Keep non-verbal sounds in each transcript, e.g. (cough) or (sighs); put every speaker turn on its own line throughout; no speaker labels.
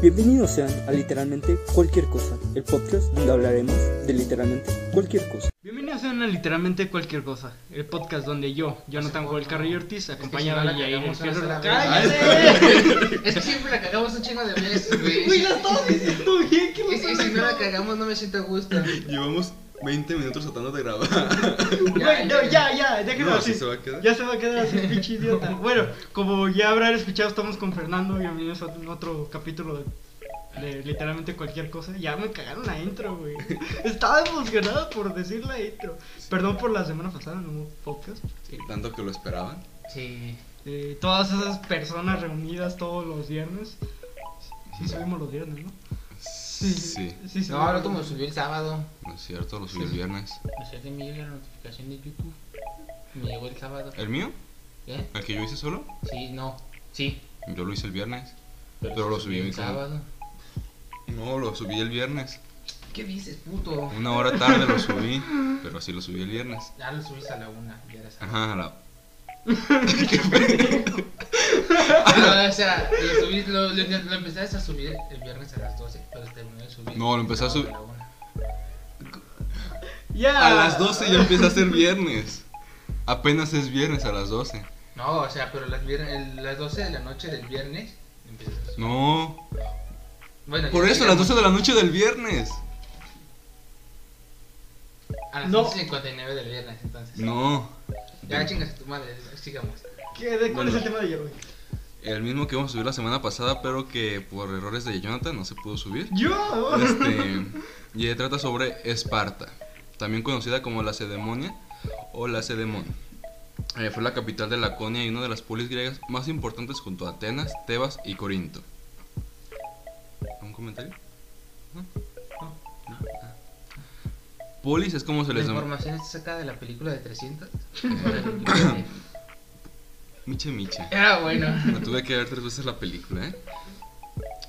Bienvenidos sean a literalmente cualquier cosa, el podcast donde hablaremos de literalmente cualquier cosa.
Bienvenidos a una literalmente cualquier cosa, el podcast donde yo, Jonathan Joel Carrillo Ortiz, acompañado
si no
de
la
Yair
cagamos,
Esquerro
no la
Laca-
sabemos. (laughs)
¡Cállate!
Es que siempre la cagamos un chingo de veces, güey.
Güey, lo estamos diciendo bien, ¿qué
Y,
nos
y si no la cagamos, no me siento a gusto.
Llevamos 20 minutos tratando de grabar.
Güey, no, ya, ya, déjenlo
No,
así.
sí se va a quedar.
Ya se va a quedar así, pinche idiota. Bueno, como ya habrán escuchado, estamos con Fernando, bienvenidos a otro capítulo de, de literalmente cualquier cosa. Ya me cagaron la intro, güey. (laughs) Estaba emocionado por decir la intro. Perdón por la semana pasada, no hubo podcast.
Tanto que lo esperaban.
Sí.
Eh, todas esas personas reunidas todos los viernes. Sí, subimos los viernes, ¿no?
Sí.
sí, sí.
No, no como subió el sábado.
No es cierto, lo subí el viernes.
O sea, que me llega la notificación de YouTube. Me llegó el sábado.
¿El mío?
¿Eh?
¿El que yo hice solo?
Sí, no. Sí.
Yo lo hice el viernes. Pero lo subí
el
mi sábado.
sábado.
No, lo subí el viernes.
¿Qué dices, puto?
Una hora tarde lo subí, pero sí lo subí el viernes.
Ya lo subiste a la una. Ya
(laughs)
era sábado.
Ajá, a la...
Ah, No, o sea, lo, subí, lo, lo, lo empezaste a subir el viernes a las 12. Pero terminé de subir.
No, lo empecé a
el sábado
subir-
la una.
Ya.
A las 12 ya empieza a ser viernes. Apenas es viernes a las 12.
No, o sea, pero las, vier- el- las 12 de la noche del viernes. empiezas a subir.
No,
Bueno,
por eso a las 12 de la noche del viernes.
A las
No.
59 del viernes, entonces.
No.
Ya chingas a tu madre, sigamos.
¿Qué- de- ¿Cuál
Bueno.
es el tema de hoy?
El mismo que vamos a subir la semana pasada, pero que por errores de Jonathan no se pudo subir.
Yo.
Este, y se trata sobre Esparta, también conocida como la Sedemonia o la Sedemón. Eh, fue la capital de Laconia y una de las polis griegas más importantes junto a Atenas, Tebas y Corinto. ¿Un comentario? ¿No?
No.
No. Ah. Polis es como se
La
les llama.
información está sacada de la película de 300. Órale.
Miche Miche.
(laughs) Ah, bueno.
Me tuve que ver tres veces la película, ¿eh?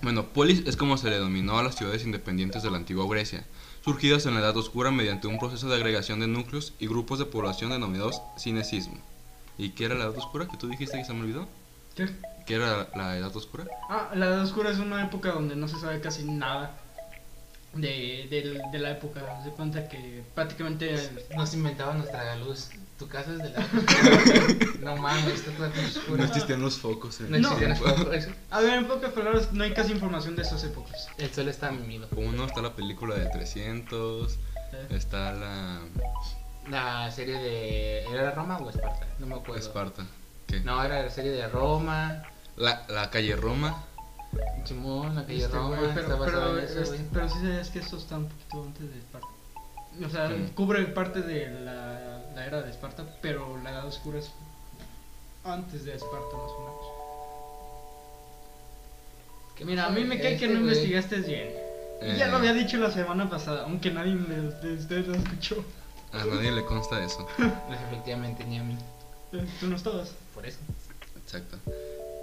Bueno, polis es como se le denominó a las ciudades independientes de la antigua Grecia, surgidas en la Edad Oscura mediante un proceso de agregación de núcleos y grupos de población denominados cinecismo. ¿Y qué era la Edad Oscura que tú dijiste que se me olvidó?
¿Qué?
¿Qué era la Edad Oscura?
Ah, la Edad Oscura es una época donde no se sabe casi nada de, del- de la época. Se cuenta que prácticamente.
Nos inventaban nuestra luz. Tu casa es de la.
(laughs)
No mames, está toda
No
oscura.
existían los focos en
eh.
No
ese
existían
tiempo.
las
A ver, en pocas palabras, no hay casi información de esas épocas.
El sol está mimido.
Como no, está la película de 300, está la
La serie de. ¿Era Roma o Esparta? No me acuerdo.
Esparta. ¿Qué?
No, era la serie de Roma.
La, la calle Roma.
Simón, la calle
Este,
Roma.
güey,
está
pero,
basada
pero,
en eso,
este,
güey.
pero sí sabías que esto está un poquito antes de Esparta. O sea,
Mm.
cubre parte de la, la era de Esparta, pero la Edad Oscura es antes de Esparta, más o menos.
¿Qué
Mira, a
pasa,
mí me cae que
este,
no
güey?
investigaste bien. Y Ya
Eh,
lo había dicho la semana pasada, aunque nadie de, de ustedes lo escuchó.
A nadie le consta eso.
Pues efectivamente, ni a mí.
Eh, Tú no estabas.
Por eso.
Exacto.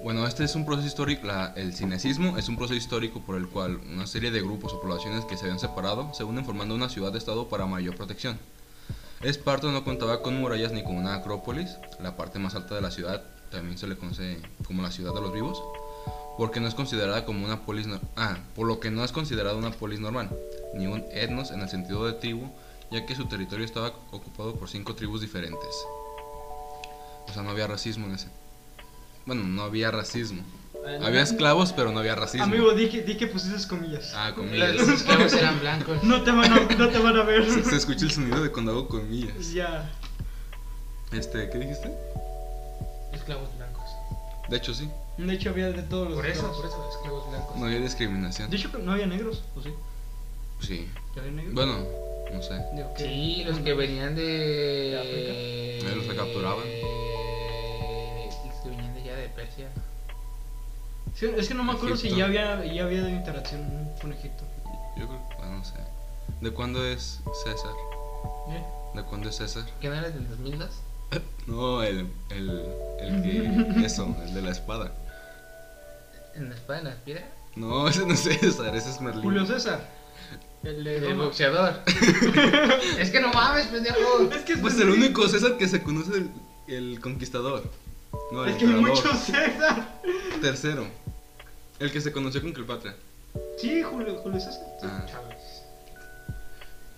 Bueno, este es un proceso histórico, la- el cinecismo es un proceso histórico por el cual una serie de grupos o poblaciones que se habían separado se unen formando una ciudad-estado para mayor protección. Esparta no contaba con murallas ni con una acrópolis, la parte más alta de la ciudad, también se le conoce como la ciudad de los vivos, porque no es considerada como una polis, no- ah, por lo que no es considerada una polis normal, ni un etnos en el sentido de tribu, ya que su territorio estaba ocupado por cinco tribus diferentes. O sea, no había racismo en ese bueno, no había racismo.
Ah,
Eh,
Había esclavos, pero no había racismo.
Amigo, di que, di que pusiste comillas.
Ah,
Los
comillas.
esclavos eran blancos.
(laughs) No, te van a, no te van a ver.
Se, se escucha el sonido de cuando hago
(laughs)
comillas.
ya.
Este, ¿qué dijiste?
Esclavos blancos.
De hecho, sí.
De hecho, había de todos los.
Por eso,
estados.
por eso, esclavos blancos.
No había discriminación.
De hecho, no había negros, ¿o sí?
Sí.
¿Ya había negros?
Bueno, no sé.
Digo, que-
Sí, los que venían de.
¿De
África? Los que capturaban.
Eh, Los que venían de allá de Persia.
Sí, es que no me acuerdo si
Egipto.
ya había, ya había interacción con Egipto.
Yo creo que, bueno, no sé. ¿De cuándo es César?
¿Eh?
¿De cuándo es César?
¿Qué no era del 2002?
No, el, el, el
(laughs)
que... Eso, el de la espada.
¿En la espada, en la espira?
No, (laughs) ese no es César, ese es Merlín.
Julio César. El de
Eh,
El
Roma. (laughs)
boxeador. (laughs) es que no mames, pendejo.
Es que es
Pues el único César que se conoce el, el conquistador. No, el
Es que hay
emperador.
muchos César.
Tercero, el que se conoció con Cleopatra.
Sí, Julio, Julio César. sí.
Ah.
Chávez.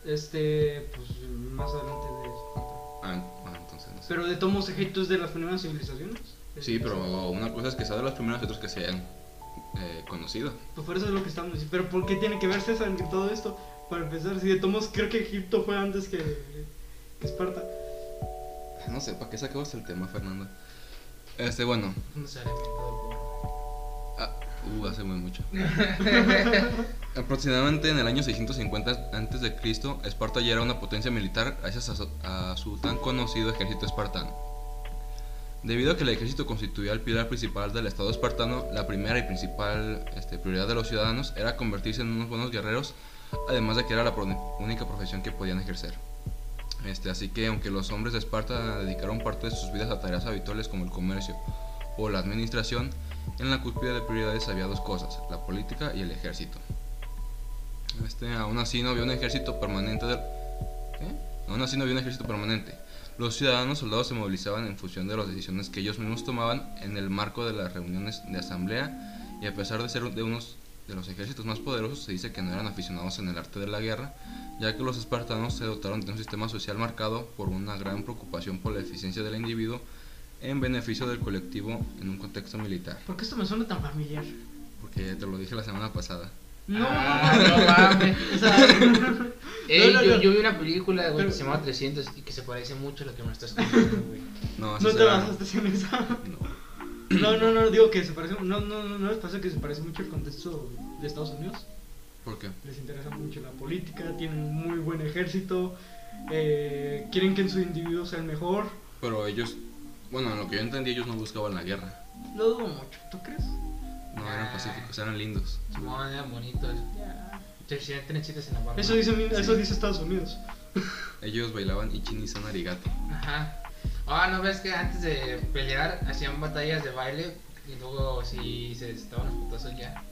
Este, pues más adelante de eso.
Ah, ah, entonces no sé.
Pero de tomos Egipto es de las primeras civilizaciones.
Sí, pero una cosa es que sea de las primeras y otra es que se hayan eh, conocido.
Pues por eso es lo que estamos diciendo. Pero ¿por qué tiene que ver César en todo esto? Para empezar, si de tomos creo que Egipto fue antes que, que Esparta.
No sé, ¿para qué sacabas el tema, Fernando? Este, bueno.
No sé, alimentado
ah, uh, hace muy mucho. Aproximadamente en el año 650 a.C., Esparta ya era una potencia militar gracias a su, a su tan conocido ejército espartano. Debido a que el ejército constituía el pilar principal del Estado espartano, la primera y principal este, prioridad de los ciudadanos era convertirse en unos buenos guerreros, además de que era la pro- única profesión que podían ejercer. Este, así que aunque los hombres de Esparta dedicaron parte de sus vidas a tareas habituales como el comercio o la administración, en la cúspide de prioridades había dos cosas, la política y el ejército. Este, aún así no había un ejército permanente. del- ¿Qué? Aún así no había un ejército permanente. Los ciudadanos soldados se movilizaban en función de las decisiones que ellos mismos tomaban en el marco de las reuniones de asamblea y a pesar de ser de unos de los ejércitos más poderosos se dice que no eran aficionados en el arte de la guerra, ya que los espartanos se dotaron de un sistema social marcado por una gran preocupación por la eficiencia del individuo en beneficio del colectivo en un contexto militar,
¿Por qué esto me suena tan familiar?
porque te lo dije la semana pasada.
No,
Ah,
no, no,
no mames.
O sea,
(laughs) Ey,
no, no,
Eh, yo,
no.
yo vi una película, güey, que
Pero-
se llama 300 y que se parece mucho a lo que me estás contando,
(laughs)
güey.
No, así
no te
será.
basaste en esa.
No.
No, no, no, digo que se parece. No, no, no, no les pasa que se parece mucho el contexto de Estados Unidos.
¿Por qué?
les interesa mucho la política, tienen un muy buen ejército, eh, quieren que en su individuo sea el mejor.
Pero ellos, bueno, en lo que yo entendí, ellos no buscaban la guerra.
Lo dudo mucho, ¿tú crees?
No eran
Ah.
pacíficos, eran lindos.
Simón, eran bonitos. Se hacían trencitas en la barba.
Eso dice, mi- eso dice Estados Unidos.
Ellos bailaban Ichinisan Arigato.
Ajá. Ah, ¿no ves que antes de pelear hacían batallas de baile? Y luego si se estaban los putazos ya.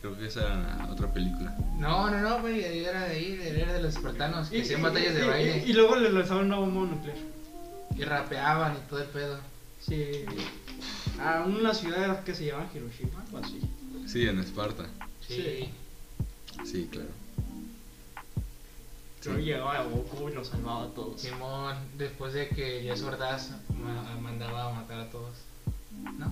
Creo que esa era otra película.
No, no, no, güey, era de ahí, de- era de los espartanos, que hacían batallas de
y-
baile.
y- y luego le lanzaron una bomba nuclear.
Y rapeaban y todo el pedo.
Sí. A una ciudad que se llama Hiroshima, o así.
Sí, en Esparta.
Sí.
Sí, claro.
Pero llegaba a Goku y nos salvaba a todos.
Simón, después de que ya es Ordaz ma- mandaba a matar a todos. ¿No?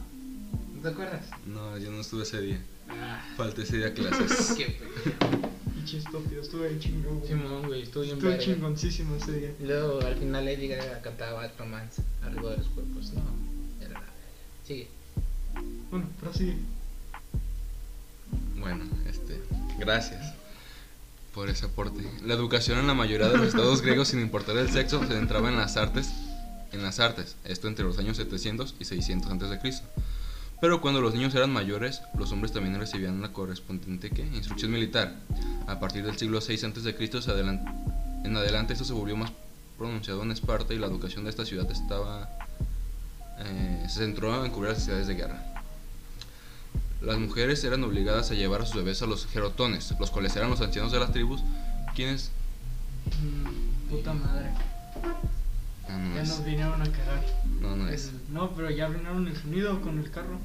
¿No te acuerdas?
No, yo no estuve ese día.
Ah,
Falté ese día a clases.
qué pedo.
Pinche estúpido, estuve bien chingón. güey.
Simón, güey, estuvo bien
Estuve
verga.
chingoncísimo ese día.
Y luego al final Lady Gaga cantaba Bad Romance arriba de los cuerpos. No, era la verga. Sigue.
Bueno, pero sí.
Bueno, este, gracias por ese aporte. La educación en la mayoría de los estados griegos, sin importar el sexo, se centraba en las artes, en las artes, esto entre los años 700 y 600 antes de Cristo. Pero cuando los niños eran mayores, los hombres también recibían la correspondiente ¿qué? instrucción militar. A partir del siglo 6 antes de Cristo se adelan- en adelante esto se volvió más pronunciado en Esparta y la educación de esta ciudad estaba eh, se centró en cubrir las necesidades de guerra. Las mujeres eran obligadas a llevar a sus bebés a los gerotones, los cuales eran los ancianos de las tribus, quienes...
puta madre.
Ah,
Ya
no, Mm, es.
nos vinieron a cagar.
No, no es.
No, pero ya arruinaron el sonido con el carro.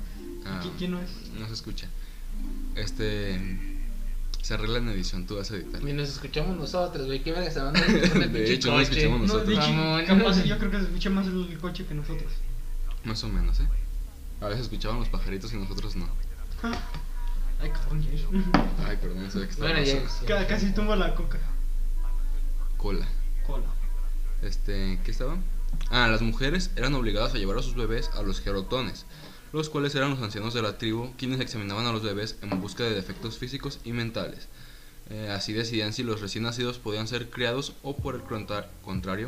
Ah,
¿Qui- ¿Quién no es?
no se escucha. Este... Se arregla en edición, tú vas a editar.
Y nos escuchamos nosotros, güey. ¿Qué verga se
(laughs)
van a escuchar
De hecho, nos escuchamos
No,
nosotros.
dije,
Ramón.
capaz, yo creo que se escucha más el coche que
(laughs)
nosotros.
Más o menos, ¿eh? A veces escuchaban los pajaritos y nosotros no.
Ay, cabrón, ya eso.
Ay, perdón, se ve que estaba
Bueno, ya.
pasando.
Ca- Casi tumba la coca.
Cola.
Cola.
Este, ¿qué estaba? Ah, las mujeres eran obligadas a llevar a sus bebés a los gerotones, los cuales eran los ancianos de la tribu quienes examinaban a los bebés en busca de defectos físicos y mentales. Eh, así decidían si los recién nacidos podían ser criados o por el contra- contrario,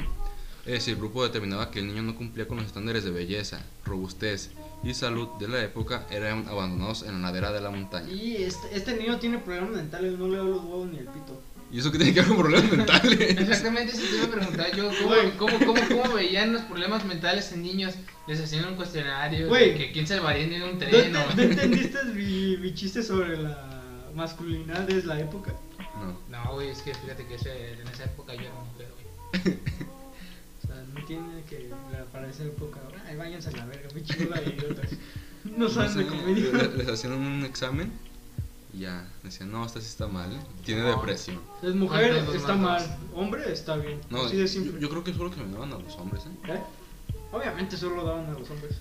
eh, si el grupo determinaba que el niño no cumplía con los estándares de belleza, robustez y salud de la época, eran abandonados en la ladera de la montaña.
Y este, este niño tiene problemas mentales, no le veo los huevos ni el pito.
¿Y eso que tiene que ver con problemas mentales?
Exactamente, eso te iba a preguntar yo. ¿Cómo,
Güey.
cómo, cómo, cómo veían los problemas mentales en niños? Les hacían un cuestionario.
Güey.
de Que quién salvaría en un
¿No,
tren.
ent- no
o-
entendiste mi, mi chiste sobre la masculinidad de la época?
No.
(laughs) No, güey, es que fíjate que ese- en esa época yo era mujer, güey.
O sea, no tiene que la- para esa época. Ay, váyanse a la verga, pinche bola de idiotas. No saben de
sé,
comedia.
le- Les hacían un examen Y ya, decían, no, esta sí está mal, ¿eh? tiene depresión.
Es mujer,
Antes los
está
matos.
mal. Hombre, está bien.
No,
Así de
yo,
simple.
yo creo que solo caminaban a los hombres, ¿eh?
¿Eh? Obviamente solo lo daban a los hombres.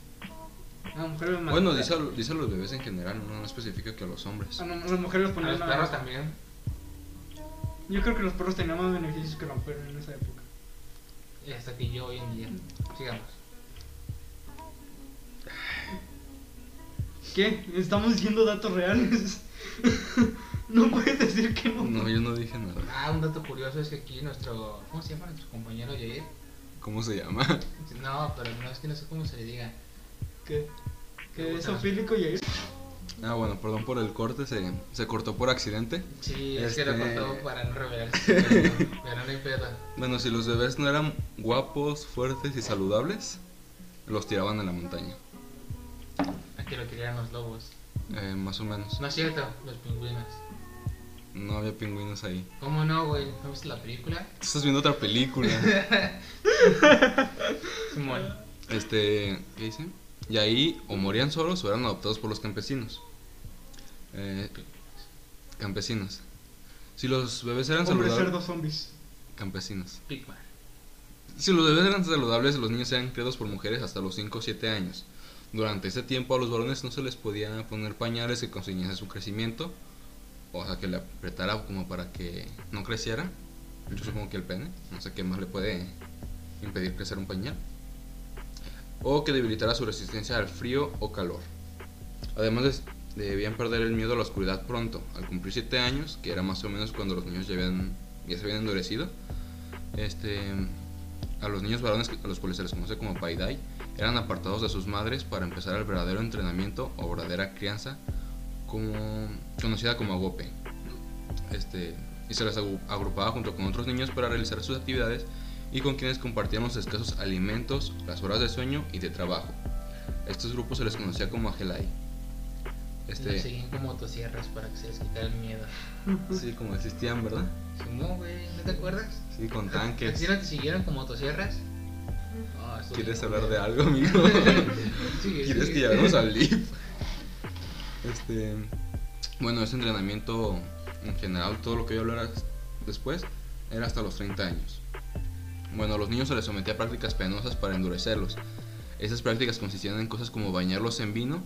A las mujeres las
Bueno,
mataban.
dice a, lo- dice a los bebés en general, no, no especifica que a los hombres.
A Pues no- a las mujeres los
A los
ponían a-
perros también.
Yo creo que los perros tenían más beneficios que las mujeres en esa época.
Y hasta que yo hoy en día. Sigamos.
¿Qué? Estamos diciendo datos reales. (laughs) no puedes decir que no.
No, yo no dije nada.
Ah, un dato curioso es que aquí nuestro. ¿Cómo se llama nuestro compañero Jair?
¿Cómo se llama? (laughs)
No, pero no es que no sé cómo se le diga.
¿Qué?
Me
¿Qué es
gusta.
ofílico y ahí?
Ah, bueno, perdón por el corte, se, se cortó por accidente.
Sí, es que lo
Este-
contó para no revelarse. pero,
(laughs)
pero no hay pedo.
Bueno, si los bebés no eran guapos, fuertes y saludables, los tiraban a la montaña.
Aquí lo querían los lobos.
Eh, más o menos.
No es cierto, los pingüinos.
No había pingüinos ahí.
¿Cómo no, güey? ¿No viste la película?
Tú estás viendo otra película.
Simón.
Este, ¿qué dice? Y ahí o morían solos o eran adoptados por los campesinos. Eh, campesinos. Si los bebés eran
Hombres
saludables...
cerdos zombies.
Campesinos.
Pigman.
Si los bebés eran saludables, los niños eran creados por mujeres hasta los 5 o 7 años. Durante ese tiempo a los varones no se les podía poner pañales que constreñiesen su crecimiento, o sea, que le apretara como para que no creciera. Yo supongo que el pene, no sé qué más le puede impedir crecer un pañal. O que debilitara su resistencia al frío o calor. Además des- debían perder el miedo a la oscuridad pronto, al cumplir 7 años, que era más o menos cuando los niños ya, habían- ya se habían endurecido. Este, a los niños varones, a los cuales se les conoce como paidai, eran apartados de sus madres para empezar el verdadero entrenamiento o verdadera crianza, como, conocida como agope. Este, y se les agru- agrupaba junto con otros niños para realizar sus actividades y con quienes compartían los escasos alimentos, las horas de sueño y de trabajo. A estos grupos se les conocía como agelai.
Este...
Este,
Los seguían con motosierras para que se les quitara el miedo.
sí, como existían, ¿verdad?
Simón, güey, ¿no te acuerdas?
Sí, con
¿Que
tanques.
si no te siguieron con motosierras? Ah, estuvo
¿Quieres
bien
hablar de
culero. (laughs)
algo, amigo?
Sigue,
¿Quieres
sigue.
que llevemos al LIP? Este. Bueno, ese entrenamiento en general, todo lo que yo hablara después, era hasta los 30 años. Bueno, a los niños se les sometía a prácticas penosas para endurecerlos. Esas prácticas consistían en cosas como bañarlos en vino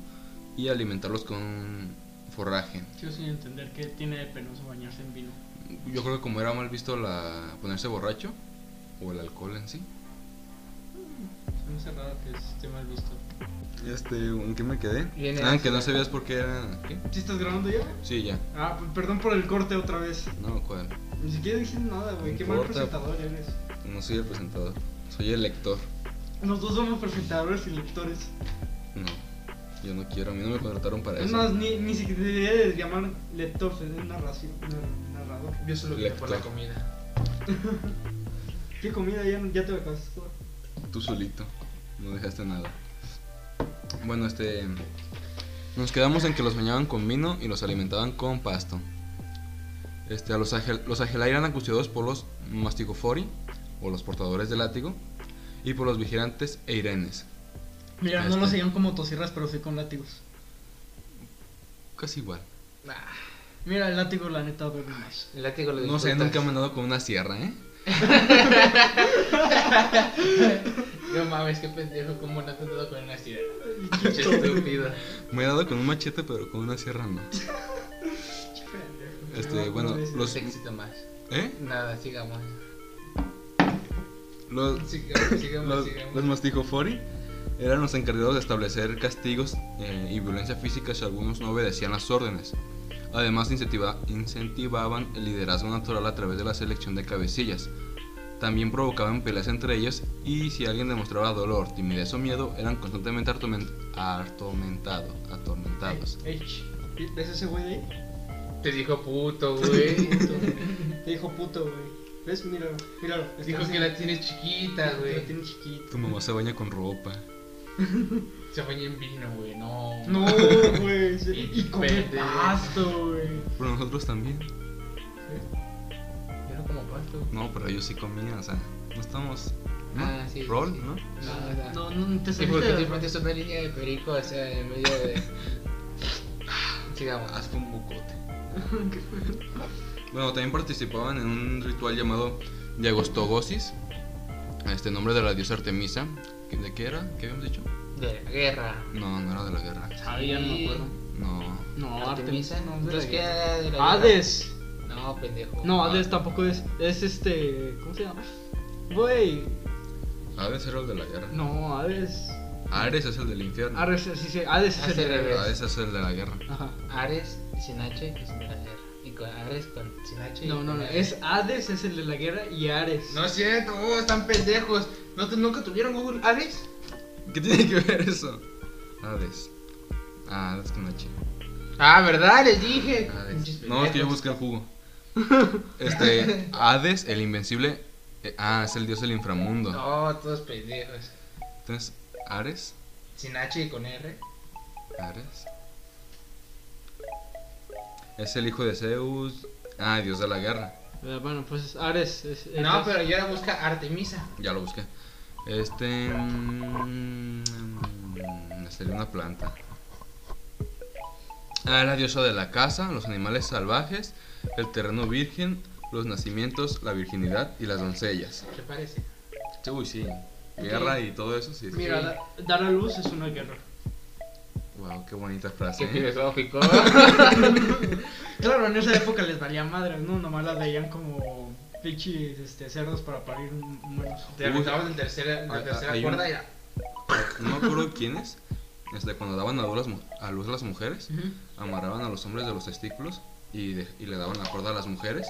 y alimentarlos con forraje.
Yo sin entender que tiene de penoso bañarse en vino.
Yo creo que como era mal visto la ponerse borracho o el alcohol en sí.
Se me hace raro que esté mal visto.
Este, ¿en qué me quedé?
Viene
Ah,
así,
que no
¿no?
sabías por qué era. ¿Qué?
¿Sí estás grabando ya?
Sí, ya.
Ah, pues perdón por el corte otra vez.
No, cuál.
Ni siquiera dije nada, güey.
No
Qué mal
importa.
presentador eres.
No soy el presentador, soy el lector.
Los dos somos presentadores y lectores.
No, yo no quiero, a mí no me contrataron para
Es
eso.
más, ni, ni siquiera debería llamar lector, es narración, nar- narrador.
Yo solo quiero por la
Lector.
comida.
¿Qué comida? Ya, ya te la acabaste toda.
Tú solito, no dejaste nada. Bueno, este. Nos quedamos en que los bañaban con vino y los alimentaban con pasto. Este, a los, agel, los agelai eran acusados por los masticofori, o los portadores de látigo, y por los vigilantes e irenes.
Mira,
no Este. lo seguían
con motosierras, pero sí con látigos.
Casi igual.
Ah,
Mira, el látigo, la neta, bebe más.
el látigo lo
No sé,
disfrutas.
nunca me han dado con una sierra, ¿eh?
No mames, qué pendejo, cómo no te han dado con una sierra. Qué
Pendejo.
estúpido.
Me he dado con un machete, pero con una sierra no.
Ah,
Este, bueno,
pues,
No
los.
te excita más.
¿Eh?
Nada, sigamos.
Los,
Sigamos, sigamos,
los,
sigamos.
los masticofori eran los encargados de establecer castigos eh, y violencia física si algunos no obedecían las órdenes. Además, incentiva- incentivaban el liderazgo natural a través de la selección de cabecillas. También provocaban peleas entre ellos y si alguien demostraba dolor, timidez o miedo, eran constantemente artomen- artomentado- atormentados.
Ey, ey, ¿Ves ese güey de ahí?
Te dijo puto, güey.
Te dijo puto, güey. ¿Ves? Míralo, míralo. Está
dijo
así.
que la tiene chiquita,
Te
güey.
la tiene chiquita.
Tu mamá se baña con ropa.
Se baña en vino, güey. No.
No, güey. se-
(laughs) Y
Y come
pendejo.
pasto, güey.
Pero nosotros también.
Yo no como pasto.
No, pero ellos sí comían, o sea, no estamos. ¿no?
Ah, sí, sí,
Rol,
sí.
¿no?
No, no.
No, no, te
Sí, porque
saliste
te
de-
planteas una línea de perico, o sea, en medio de. (sighs) Sigamos.
Haz un bocote. Bueno, también participaban en un ritual llamado Diagostogosis, este nombre de la diosa Artemisa. ¿Que- ¿De qué era? ¿Qué habíamos dicho?
De la guerra.
No, no era de la guerra.
Ay, yo no me acuerdo.
No.
No,
Artemisa, no. Entonces,
Entonces,
¿qué era de la guerra? Ah.
Hades.
No, pendejo.
No, Hades tampoco es. Es este. ¿Cómo se llama? Güey.
Hades era el de la guerra.
No, Hades.
Mm.
Ares es el del infierno.
Hades, sí, sí, Hades es
Hace
el
revés.
Hades es el de la guerra.
Ajá.
Ares sin H, pues que es de la guerra. Y con Ares con sin H. y
No, no,
con
no.
Ares.
Es Hades es el de la guerra y Ares.
No es cierto, oh, están pendejos. ¿No te- nunca tuvieron Google Ares?
¿Qué tiene que ver eso? Hades. Ah, Hades con H.
Ah, ¿verdad? Les dije.
Hades.
Pinches
No, es que yo
pendejos.
busqué el jugo. Este, Hades, el invencible. eh, ah, es el dios del inframundo.
No, todos pendejos.
Entonces, Ares.
Sin H y con R.
Ares. Es el hijo de Zeus. Ah, dios de la guerra.
Eh, Bueno, pues Ares es. es-
No, pero yo ahora busca Artemisa.
Ya lo busqué. Este. mm, sería una planta. Ah, la diosa de la casa, los animales salvajes, el terreno virgen, los nacimientos, la virginidad y las doncellas.
¿Qué parece?
Sí, Uy, sí. Guerra y todo eso, sí.
Mira,
Sí.
da- dar a luz es una guerra.
Wow, qué bonita
Qué
frase. ¿eh?
filosófico.
Claro, en esa época les valía madre, ¿no? Nomás las veían como pinches este, cerdos para parir hum- humanos.
(laughs)
Te aventamos del tercer, de
Hay-
la tercera
Ah, hay
cuerda
un-
y la-
No me acuerdo quién es. Este, cuando daban a luz, las mu- a luz las mujeres, amarraban a los hombres de los testículos y, de- y le daban la cuerda a las mujeres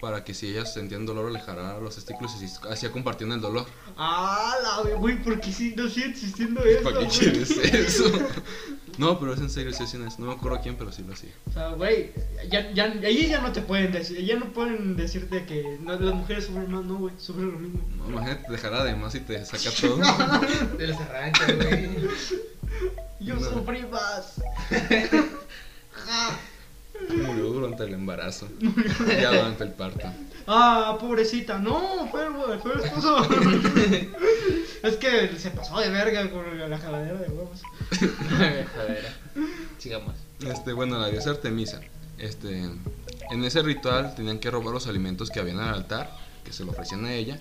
para que si ellas sentían dolor alejaran los testículos y así- así compartían el dolor.
Ah, la ve- güey, ¿por qué sí, no sigue existiendo (laughs) eso?
¿Para qué
güey?
quieres eso? (laughs) No, pero es en serio, sí hacían eso. No me acuerdo quién, pero sí lo hacía.
O sea, güey, ya, ya, ahí ya no te pueden decir, ya no pueden decirte que no, las mujeres sufren más, no, güey, sufren lo mismo.
No, imagínate, te dejará de más y
(laughs)
te saca todo.
(laughs) de los arranques,
(laughs)
güey.
Yo
No.
sufrí más.
Murió durante el embarazo. Ya durante el parto.
Ah, pobrecita, no, fue, el- fue el
(laughs)
esposo. es que se pasó de verga con la jaladera de huevos.
Joder. Sigamos.
Este, bueno, la diosa Artemisa. Este, en ese ritual tenían que robar los alimentos que habían al altar, que se lo ofrecían a ella,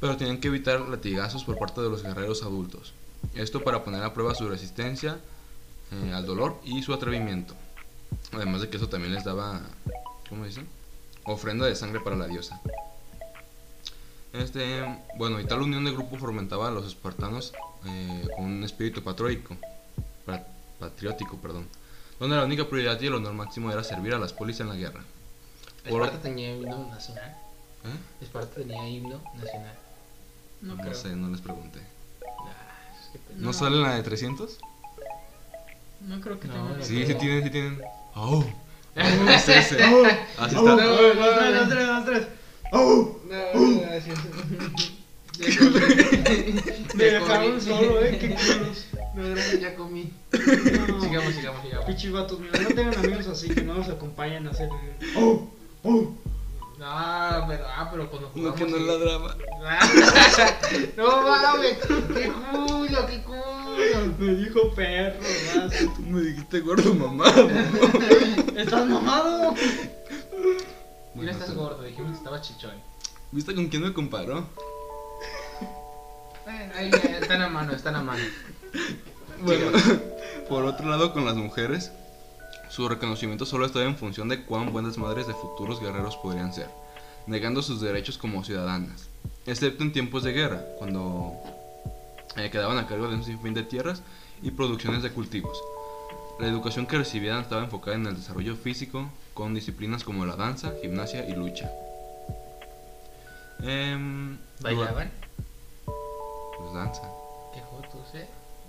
pero tenían que evitar latigazos por parte de los guerreros adultos. Esto para poner a prueba su resistencia eh, al dolor y su atrevimiento. Además de que eso también les daba, ¿cómo dicen? Ofrenda de sangre para la diosa. Este, bueno, y tal unión de grupo fomentaba a los espartanos eh, con un espíritu patriótico, pa- patriótico, perdón, donde la única prioridad y el honor máximo era servir a las polis en la guerra. Por-
Esparta tenía himno nacional.
¿Eh?
Esparta tenía himno nacional.
No, sé, no les pregunté.
Ah, qué pendejo.
¿No, sale la de 300?
No creo que
No,
tenga.
no
Sí, sí
creo. (laughs)
tienen, sí tienen. (laughs) ¡Oh! oh es ese. (laughs) Así está.
No, no, no, no, no.
Dos, tres, dos, tres.
No, gracias.
(laughs)
Ya comí.
Me
Ya
dejaron
comí.
solo, eh, qué culos.
No, gracias, ya comí.
No.
Sigamos, sigamos, sigamos.
Pichis vatos, mira, no tengan amigos así que no los acompañen a hacer. ¿eh? (laughs)
No, pero, ah, pero cuando
Uno
jugamos.
que no
sí.
ladraba.
(laughs) no mames, qué culo, qué culo.
Me dijo perro, vas.
Tú me dijiste gordo, mamá. (laughs)
¿Estás mamado?
Y no estás gordo, dijimos que estabas chichón.
¿Viste con quién me comparó?
Bueno, ahí ya, están a mano, están a mano.
Bueno, por otro lado, con las mujeres, su reconocimiento solo estaba en función de cuán buenas madres de futuros guerreros podrían ser, negando sus derechos como ciudadanas, excepto en tiempos de guerra, cuando eh, quedaban a cargo de un sinfín de tierras y producciones de cultivos. La educación que recibían estaba enfocada en el desarrollo físico, con disciplinas como la danza, gimnasia y lucha. Em,
¿Bailaban?
Pues danza.
Qué jotos, eh.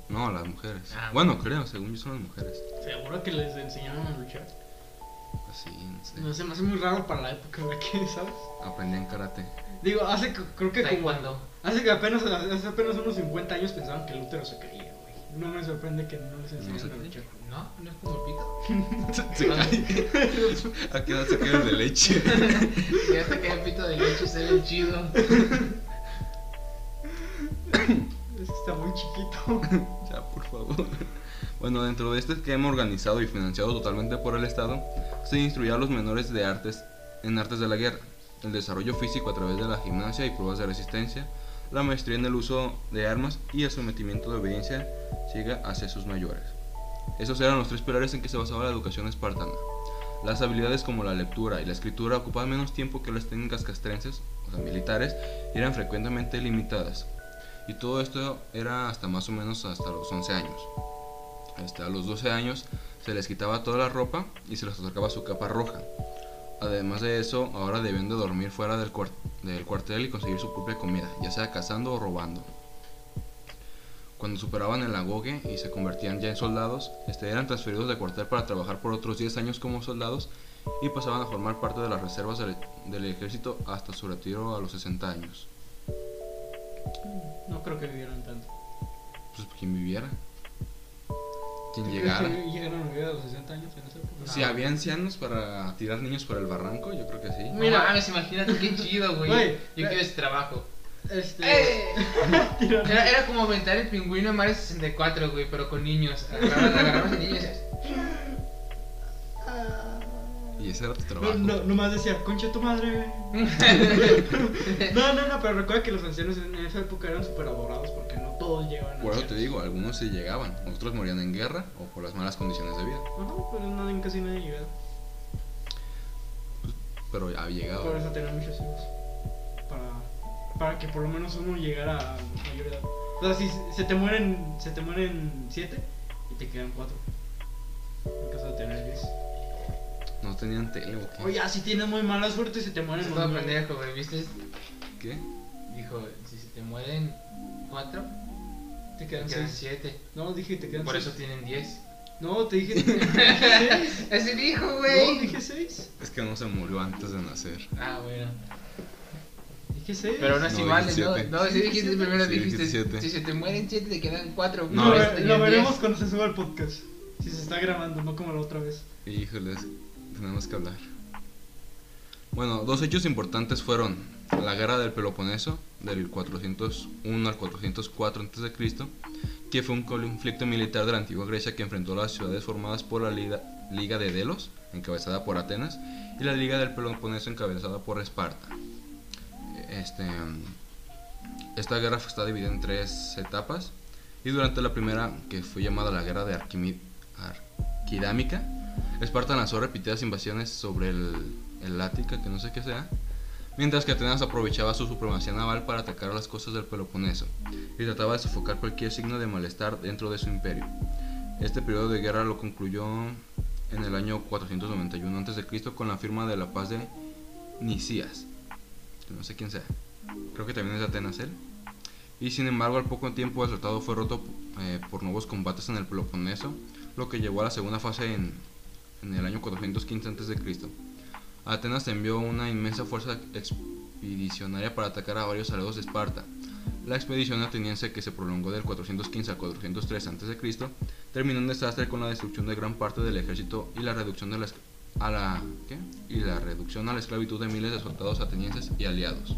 No, las mujeres.
Ah,
bueno, creo, según yo son las mujeres.
Seguro que les enseñaron a luchar.
Así, no sé.
No se me hace muy raro para la época, ¿verdad? que ¿Sabes?
Aprendían karate. (laughs)
Digo, hace que- creo que como.
Taekwondo.
Hace que apenas, hace apenas unos 50 años pensaban que el útero se caía, güey. No me sorprende que no les enseñaron
se
a luchar.
No, no es como el pito.
Se cae. ¿A qué edad se cae el de leche?
Fíjate que el pito de leche se ve chido.
Es que está muy chiquito. (laughs)
Ya, por favor. (laughs) Bueno, dentro de este esquema organizado y financiado totalmente por el Estado, se instruía a los menores de artes en artes de la guerra, el desarrollo físico a través de la gimnasia y pruebas de resistencia, la maestría en el uso de armas y el sometimiento de obediencia ciega hacia sus mayores. Esos eran los tres pilares en que se basaba la educación espartana. Las habilidades como la lectura y la escritura ocupaban menos tiempo que las técnicas castrenses, o sea, militares, y eran frecuentemente limitadas. Y todo esto era hasta más o menos hasta los 11 años. Hasta a los 12 años se les quitaba toda la ropa y se les otorgaba su capa roja. Además de eso, ahora debían de dormir fuera del, cuar- del cuartel y conseguir su propia comida, ya sea cazando o robando. Cuando superaban el agoge y se convertían ya en soldados, este, eran transferidos de cuartel para trabajar por otros 10 años como soldados y pasaban a formar parte de las reservas del, del ejército hasta su retiro a los 60 años.
No creo que vivieron tanto.
Pues quien viviera, quien
¿Tú crees
llegara.
que Ah. llegaron a vivir a los 60 años en esa época?
Si había ancianos para tirar niños por el barranco, yo creo que sí.
(laughs) Mira.
Mira, mames, imagínate qué chido, güey.
Güey,
Yo
eh.
quiero ese trabajo.
(laughs) Este.
¡Eh!
tiraron-
Era, era como aumentar el pingüino en Mario 64, güey, pero con niños. Agarrabas agarrabas
(laughs)
a niños.
Y ese era tu
No,
trabajo.
no, nomás decía, concha tu madre. No, no, no, pero recuerda que los ancianos en esa época eran súper adorados porque no todos llevan
Por eso
ancianos.
te digo, algunos sí llegaban, otros morían en guerra o por las malas condiciones de vida,
Ajá, pero nadie, casi nadie llegaba.
pero ya
Por
llegaban.
eso tenían muchos hijos. Para, para que por lo menos uno llegara a mayor edad. O sea, si se te mueren, se te mueren siete y te quedan cuatro. En caso de tener diez.
No tenían tele o qué.
Oye, ah, si tienes muy mala suerte se te mueren
Es
los
todo
nueve.
pendejo, güey, ¿viste?
¿Qué?
Dijo, si se te mueren cuatro,
Te
te
quedan
quedan
seis.
siete.
No, dije te quedan
Por
seis.
eso tienen diez.
No, te dije te quedan seis.
Ese dijo,
No,
güey.
dije seis.
Es que no se murió antes de nacer.
Ah, bueno.
Dije seis.
Pero aún así
No,
vale,
dijiste
¿no? No, si dijiste primero,
Sí,
dijiste,
dijiste siete.
si se te mueren siete, te quedan cuatro.
No,
lo,
este, es-
ve-
eso tenían
lo
diez.
veremos cuando se suba el podcast. Si se está grabando, no como la otra vez.
Híjoles, tenemos que hablar. Bueno, dos hechos importantes fueron la guerra del Peloponeso, del 401 al 404 a.C., que fue un conflicto militar de la antigua Grecia que enfrentó las ciudades formadas por la Liga, Liga de Delos, encabezada por Atenas, y la Liga del Peloponeso, encabezada por Esparta. Este, esta guerra está dividida en tres etapas, y durante la primera, que fue llamada la Guerra de Arquimi- Arquidámica, Esparta lanzó repetidas invasiones sobre el, el Ática, que no sé qué sea, mientras que Atenas aprovechaba su supremacía naval para atacar las costas del Peloponeso y trataba de sofocar cualquier signo de malestar dentro de su imperio. Este periodo de guerra lo concluyó en el año 491 a.C. con la firma de la paz de Nicías, que no sé quién sea, creo que también es de Atenas él. Y sin embargo, al poco tiempo el tratado fue roto eh, por nuevos combates en el Peloponeso, lo que llevó a la segunda fase en, en el año 415 a.C. Atenas envió una inmensa fuerza expedicionaria para atacar a varios aliados de Esparta. La expedición ateniense que se prolongó del 415 al 403 a.C. terminó en desastre con la destrucción de gran parte del ejército y la reducción de la, esc- a la, ¿qué? y la reducción a la esclavitud de miles de soldados atenienses y aliados.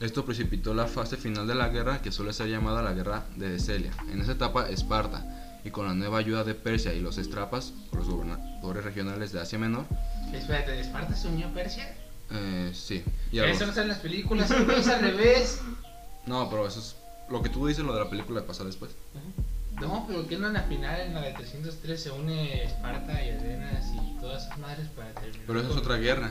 Esto precipitó la fase final de la guerra que suele ser llamada la guerra de Decelia. En esa etapa, Esparta, y con la nueva ayuda de Persia y los estrapas, o los gobernadores regionales de Asia Menor,
Espérate, ¿Esparta se unió a Persia?
eh, sí. y a
Eso no
los-
está en las películas, güey, es al
(laughs)
revés.
No, pero eso es lo que tú dices, lo de la película pasa después.
No, pero que no en la final, en la de 303, se une Esparta y Atenas y todas esas madres para terminar.
Pero esa es
con-
otra guerra.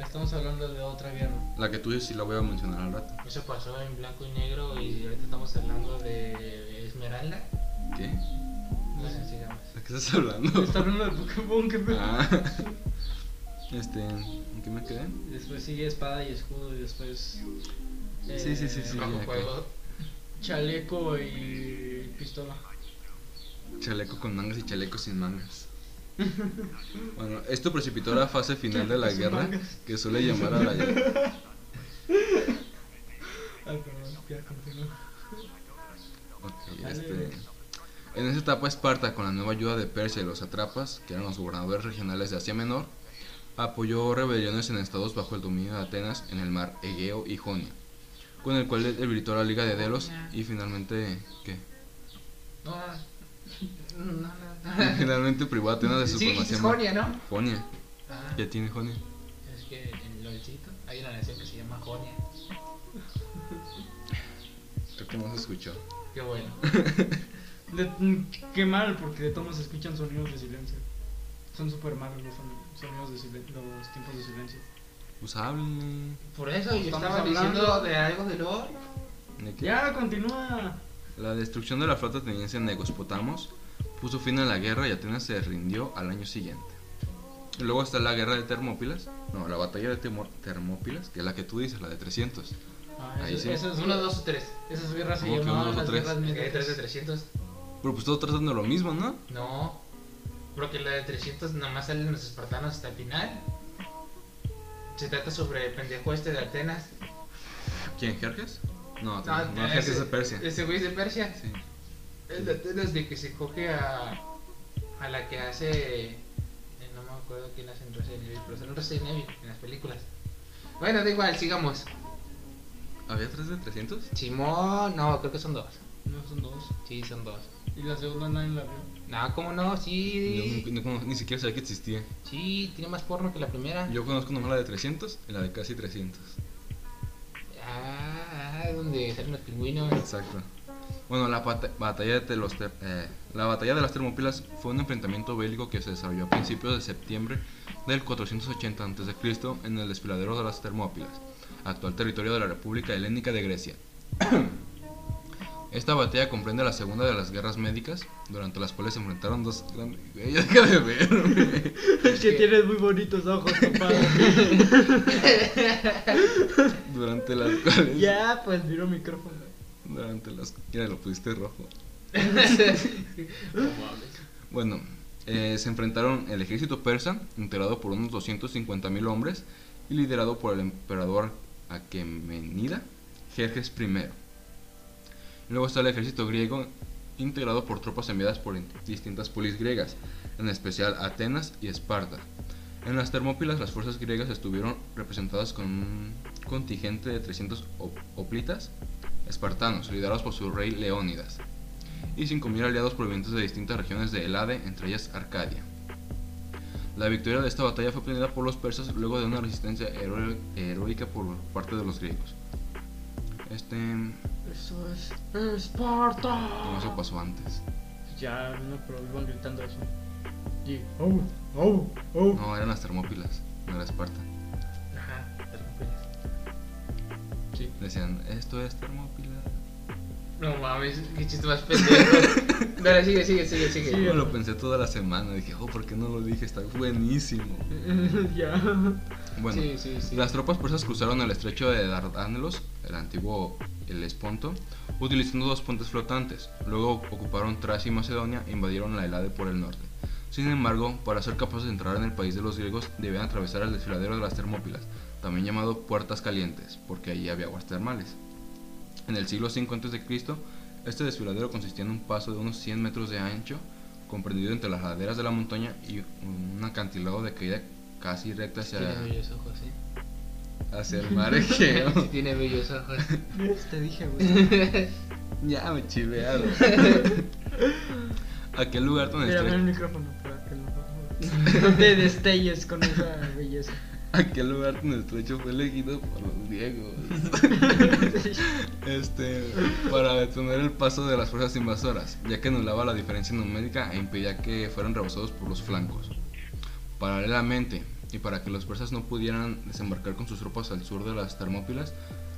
Estamos hablando de otra guerra.
La que tú dices sí la voy a mencionar al rato.
Eso pasó en blanco y negro y ahorita estamos hablando de Esmeralda.
¿Qué?
No sé si llamas.
¿De qué estás hablando? (laughs)
Está hablando de Pokémon, que pedo.
Ah. Este, ¿en qué me quedé?
Después sigue espada y escudo y después.
Sí, sí, sí, sí.
Bajo
ya,
fuego.
Chaleco y pistola.
Chaleco con mangas y chaleco sin
(laughs)
mangas. Bueno, esto precipitó la fase final de la
Sin
guerra,
mangas.
que suele llamar a la
(laughs) Ay, perdón, ya continúa.
Ok, este, en esa etapa Esparta, con la nueva ayuda de Persia y los satrapas, que eran los gobernadores regionales de Asia Menor, apoyó rebeliones en estados bajo el dominio de Atenas en el mar Egeo
(laughs)
y Jonia, con el cual debilitó la Liga de Delos y finalmente, ¿qué?
No, no, no. no,
(laughs)
no.
Generalmente privada tiene de su
Sí,
formación.
es Jonia, ¿no?
Jonia.
Ah,
Ya tiene Jonia.
es que en Lolcito hay una canción que se llama Jonia.
Creo que no se escuchó.
Qué bueno.
De- mm, qué mal, porque de todos se escuchan sonidos de silencio. Son súper malos los son- sonidos de silencio, los tiempos de silencio.
Pues háblenme.
Por eso yo
Estamos
estaba
hablando-
diciendo de algo del oro.
¿De qué?
Ya, continúa.
La destrucción de la flota ateniense en Negospotamos puso fin a la guerra y Atenas se rindió al año siguiente. Y luego está la guerra de Termópilas, no, la batalla de Temo- Termópilas, que es la que tú dices, la de 300. Ahí
esas,
Ah, sí.
esas,
Uno, dos o tres.
esas guerras se
¿Cómo que
llamaban
unos o
las
tres?
guerras
¿Que hay tres de
mientras.
300?
Pero pues todo tratando lo mismo, ¿no?
No. Porque la de 300 nomás salen los espartanos hasta el final. Se trata sobre el pendejo este de Atenas.
¿Quién, Jerjes? No,
Ah,
Atenas, no, Jerjes es de Persia.
Ese güey es de Persia.
Sí.
El de Atenas de que se coge a, a la que hace. eh, No me acuerdo quién hace en Resident Evil, pero sale en Resident Evil en las películas. Bueno, da igual, sigamos.
¿Había tres de 300?
Simón, no, creo que son dos.
No, son dos.
Sí, son dos.
Y la segunda nadie la vio.
No, ¿cómo no? Sí.
Yo nunca- no- ni siquiera sabía que existía.
Sí, tiene más porno que la primera.
Yo conozco nomás la de 300 y la de casi 300.
Ah, ah, donde salen los pingüinos.
Exacto. Bueno, la bata- batalla de los ter- eh, la batalla de las Termópilas fue un enfrentamiento bélico que se desarrolló a principios de septiembre del 480 a.C. en el desfiladero de las Termópilas, actual territorio de la República Helénica de Grecia. Esta batalla comprende la segunda de las guerras médicas, durante las cuales se enfrentaron dos grandes... (laughs) Güey, ya deja de ver, güey.
(laughs) Es que
que-
tienes muy bonitos (laughs) ojos, papá.
Durante las cuales...
ya, pues miro micrófono.
Durante las... Mira, lo pusiste rojo.
No mames.
Bueno, eh, se enfrentaron el ejército persa, integrado por unos 250.000 hombres y liderado por el emperador Aquemenida, Jerjes I. Luego está el ejército griego, integrado por tropas enviadas por in- distintas polis griegas, en especial Atenas y Esparta. En las Termópilas las fuerzas griegas estuvieron representadas con un contingente de 300 op- hoplitas espartanos, liderados por su rey Leónidas y 5.000 aliados provenientes de distintas regiones de Elade, entre ellas Arcadia. La victoria de esta batalla fue obtenida por los persas luego de una resistencia heró- heroica por parte de los griegos. Este. No,
Eso es Esparta.
eso pasó antes.
Ya, no, pero iban gritando eso. Y, oh, oh, oh.
No, eran las Termópilas, no era Esparta.
Ajá, Termópilas.
Sí.
Decían, esto es Termópilas.
No mames, qué chiste más pendejo. Dale, sigue, sigue, sigue, sigue.
Yo lo pensé toda la semana, dije, oh, ¿por qué no lo dije? Está buenísimo.
(laughs) ya.
Bueno,
Sí, sí, sí.
Las tropas persas cruzaron el estrecho de Dardanelos, el antiguo Helesponto, utilizando dos puentes flotantes. Luego ocuparon Tracia y Macedonia e invadieron la Helade por el norte. Sin embargo, para ser capaces de entrar en el país de los griegos, debían atravesar el desfiladero de las Termópilas, también llamado Puertas Calientes, porque allí había aguas termales. En el siglo V a.C., este desfiladero consistía en un paso de unos 100 metros de ancho, comprendido entre las laderas de la montaña y un acantilado de caída casi recta hacia
Tiene bellos ojos, ¿eh?
hacia el mar (laughs) Egeo.
Sí, tiene bellos ojos.
Te dije, (laughs) güey.
ya me chivearon. Aquel lugar tan
Mira, mira el
estrecho,
micrófono para (laughs) que no, no te destelles con esa belleza.
(laughs) aquel lugar tan estrecho fue elegido por los griegos. este, para detener el paso de las fuerzas invasoras, ya que anulaba la diferencia numérica e impedía que fueran rebasados por los flancos. Paralelamente, y para que los persas no pudieran desembarcar con sus tropas al sur de las Termópilas,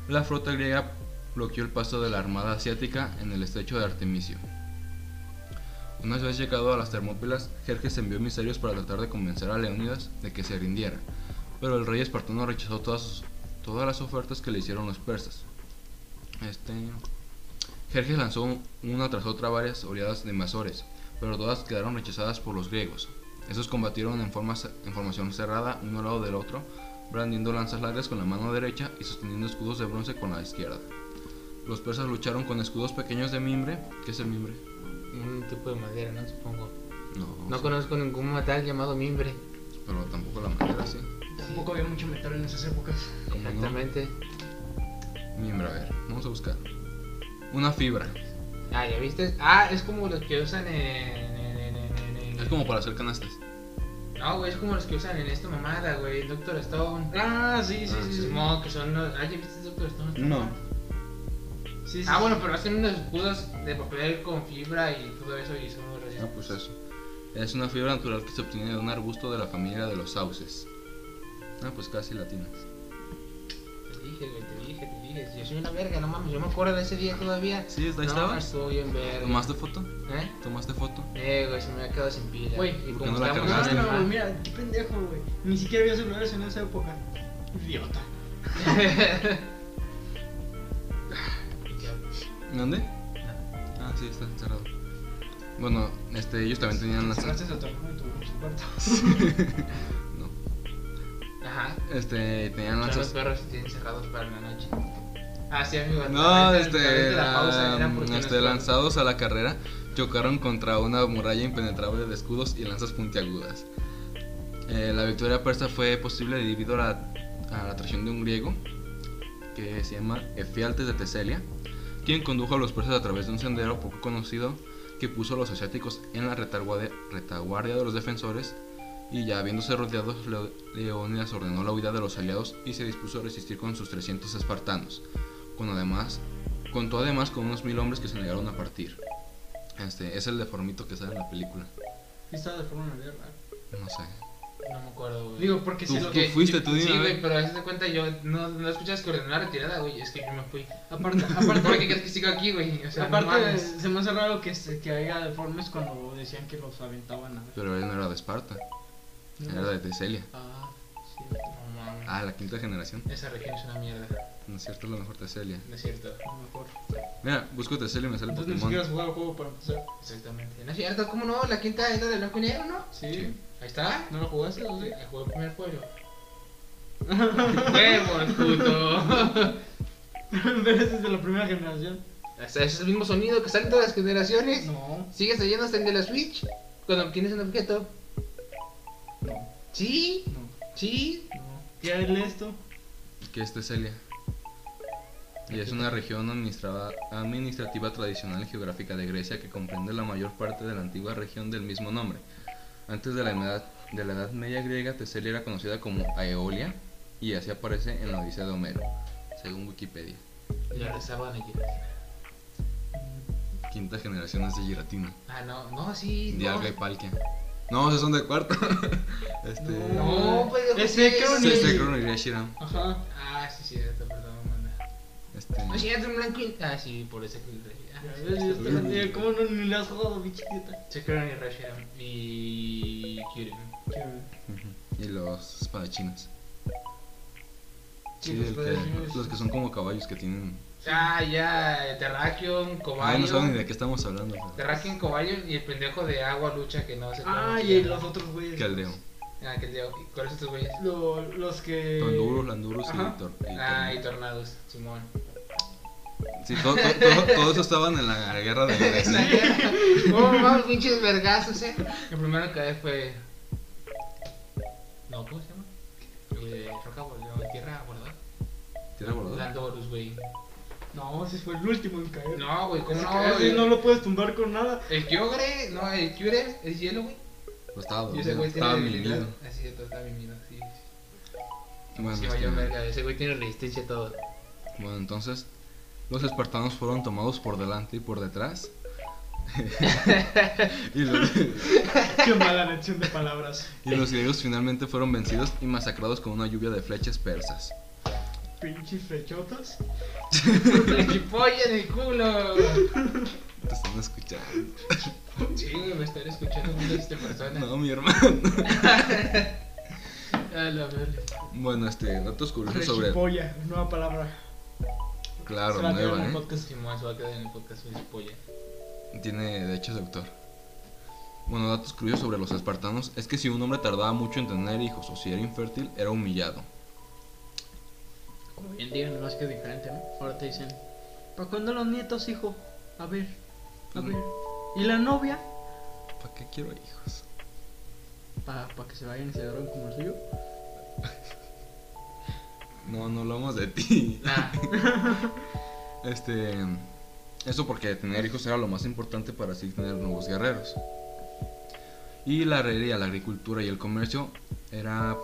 la flota griega bloqueó el paso de la armada asiática en el estrecho de Artemisio. Una vez llegado a las Termópilas, Jerjes envió emisarios para tratar de convencer a Leónidas de que se rindiera, pero el rey espartano rechazó todas, sus- todas las ofertas que le hicieron los persas. Este, Jerjes lanzó una tras otra varias oleadas de invasores, pero todas quedaron rechazadas por los griegos. Estos combatieron en, forma, en formación cerrada, uno al lado del otro, brandiendo lanzas largas con la mano derecha y sosteniendo escudos de bronce con la izquierda. Los persas lucharon con escudos pequeños de mimbre. ¿Qué es el mimbre?
Un tipo de madera, ¿no? Supongo.
No,
No conozco ningún metal llamado mimbre.
pero tampoco la madera, sí.
Tampoco había mucho metal en esas épocas.
¿Cómo no?
Exactamente.
Mimbre, a ver, vamos a buscar. Una fibra.
Ah, ¿ya viste? Ah, es como los que usan en... en- en- en- en-
Es como para hacer canastas.
No, güey, es como los que usan en esta mamada, güey, Doctor Stone.
Ah, sí, sí,
Ah,
sí.
sí.
sí.
Simón, que son los... Ah, ¿ya viste Doctor Stone?
Sí, sí,
Ah,
sí.
bueno, pero hacen unos escudos de papel con fibra y todo eso y son muy
Ah,
recientes.
pues eso. Es una fibra natural que se obtiene de un arbusto de la familia de los sauces. Ah, pues casi latinas.
Te dije, güey, te dije, te dije. Yo soy una verga, no mames, yo me acuerdo de ese día todavía.
Sí, ahí
no,
estaba.
estuvo bien verga.
¿Tomaste foto?
¿Eh?
¿Tomaste foto?
Eh, güey, se me ha quedado sin pila.
Güey,
y
¿por qué
como
no la
estamos
Ah,
cargaste?
en-
no, güey, mira, qué pendejo, güey. Ni siquiera había celulares en esa época. Idiota.
¿En ¿Dónde? Ah, sí, está cerrado. Bueno, este, ellos también tenían las...
Cerraste tu teléfono en tu en tu cuarto.
No.
Ajá.
Este, tenían
Son los
lanzas...
perros que tienen cerrados para la noche. Ah, sí, amigo.
No,
ahorita- ahorita
este,
la pausa era
um,
porque
este,
nos-
lanzados a la carrera, chocaron contra una muralla impenetrable de escudos y lanzas puntiagudas. Eh, la victoria persa fue posible debido a la, a la traición de un griego que se llama Efialtes de Teselia, quien condujo a los persas a través de un sendero poco conocido que puso a los asiáticos en la retaguardia, retaguardia de los defensores y ya habiéndose rodeados, Leo- Leónidas ordenó la huida de los aliados y se dispuso a resistir con sus 300 espartanos, con además, contó además con unos mil hombres que se negaron a partir. Este, es el deformito que sale en la película.
Sí, Estaba de forma nerviosa.
No sé.
No me acuerdo, güey.
Digo, porque
Tú-
si
tú
lo que.
fuiste, tú dime,
Sí,
a
güey,
ver.
pero a veces de cuenta yo no, no escuchas que ordenó la retirada, güey. Es que yo me fui.
(laughs)
Aparte, aparte porque crees que sigo aquí, güey. O sea, no
Aparte,
mames.
se me hace raro que, se- que haya deformes cuando decían que los aventaban a
Pero él no era de Esparta, era de Teselia.
Ah, sí.
No mames.
Ah, la quinta generación.
Esa región es una mierda.
No es cierto, a lo mejor Teselia.
No es cierto.
a lo mejor.
Mira, busco Teselia y me sale
Entonces ni siquiera
Pokémon.
has jugado el juego para empezar.
Exactamente. No es cierto, ¿cómo no? La quinta es la de blanco y negro, ¿no?
Sí.
Sí.
Ahí está.
¿No lo jugaste? o sí?
La jugó el primer pueblo. ¡Huevos, (laughs) puto!
(laughs) Pero ese es de la primera generación.
o sea, es el mismo sonido que sale en todas las generaciones.
No.
Sigues trayendo hasta el de la Switch cuando obtienes un objeto.
No.
Sí,
No.
sí.
No. ¿Qué es esto?
que es Teselia. Y es una región administrada- administrativa tradicional y geográfica de Grecia que comprende la mayor parte de la antigua región del mismo nombre. Antes de la edad, de la edad media griega, Teselia era conocida como Aeolia y así aparece en la Odisea de Homero, según Wikipedia.
Ya rezaban allí.
Quinta generación es de Giratina,
Ah, no, no, sí.
de
No,
Alga y Palkia. No, esos son de cuarto. (laughs) este,
no pues.
Es
sí,
Ekron
se-
y-
se cronoiría Shiram.
Ajá.
Ah, sí, cierto, perdón, manda.
Este,
No, sí, es un blanco y. Ah, sí, por eso que.
Ya
Ah,
ves, ya está la- ¿Cómo no ni le has jugado, bichitita?
Se crearon y Rashiram y. Kyurem.
ujú, y los espadachines.
Sí,
Sí,
los
el que-
espadachines.
los que son como caballos que tienen
Ah, ya, Terrakion,
Ah,
Cobayo.
no saben ni de qué estamos hablando. pero-
Terrakion, Cobayo y el pendejo de agua lucha que no se
Ah, y los otros güeyes.
Caldeo.
Ah, que el de. ¿Cuáles son tus güeyes?
Lo- los que.
Tonduros, Landuros y
Ajá.
Tor- y
Ah, y
Tormo.
tornados, Simón.
Sí, todo, todo, todo, todo eso estaban en la guerra de Grecia.
(laughs) Oh, vamos, pinches vergazos, eh. El primero que fue. No, ¿cómo se llama? El de Roca Voladora, Tierra Voladora.
¿Tierra voladora?
Landorus, güey.
No, ese fue el último en caer.
No, güey, ¿cómo
Ese
no?
caer, sí,
güey?
no lo puedes tumbar con nada. (laughs)
El Kyogre, no, el Kyurem es hielo, güey.
Pues estaba
Y ese
dormido,
güey tiene
estaba
debilidad.
mimido.
Así de todo, está mimido, sí.
Bueno,
Sí,
este,
vaya verga, ese güey tiene resistencia a
(laughs)
todo.
bueno, entonces los espartanos fueron tomados por delante y por
(laughs)
detrás. (laughs) y, los,
Qué mala lección de palabras.
y los griegos finalmente fueron vencidos y masacrados con una lluvia de flechas persas.
Pinches fechotas.
Le chipolla en el culo.
Te están escuchando.
Sí, güey, me están escuchando miles de personas.
No, mi hermano. (laughs)
A la verga.
Bueno, este, datos curiosos sobre.
Rechipolla, nueva palabra.
Claro,
Se va a quedar en
nueva,
el
¿eh?
podcast.
Simón se va a quedar en el podcast de chipolla.
Tiene derechos de autor. Bueno, datos curiosos sobre los espartanos es que si un hombre tardaba mucho en tener hijos o si era infértil, era humillado.
Hoy
Hoy en día no más que diferente, ¿no? Ahora te dicen.
¿Para cuándo los nietos, hijo? A ver, a
Mm.
ver. ¿Y la novia?
¿Para qué quiero hijos?
Para que se vayan y se agarren como el suyo.
(laughs)
No, no hablamos de ti.
(laughs)
Nah.
Este. Eso porque tener hijos era lo más importante para así tener nuevos guerreros. Y la herrería, la agricultura y el comercio era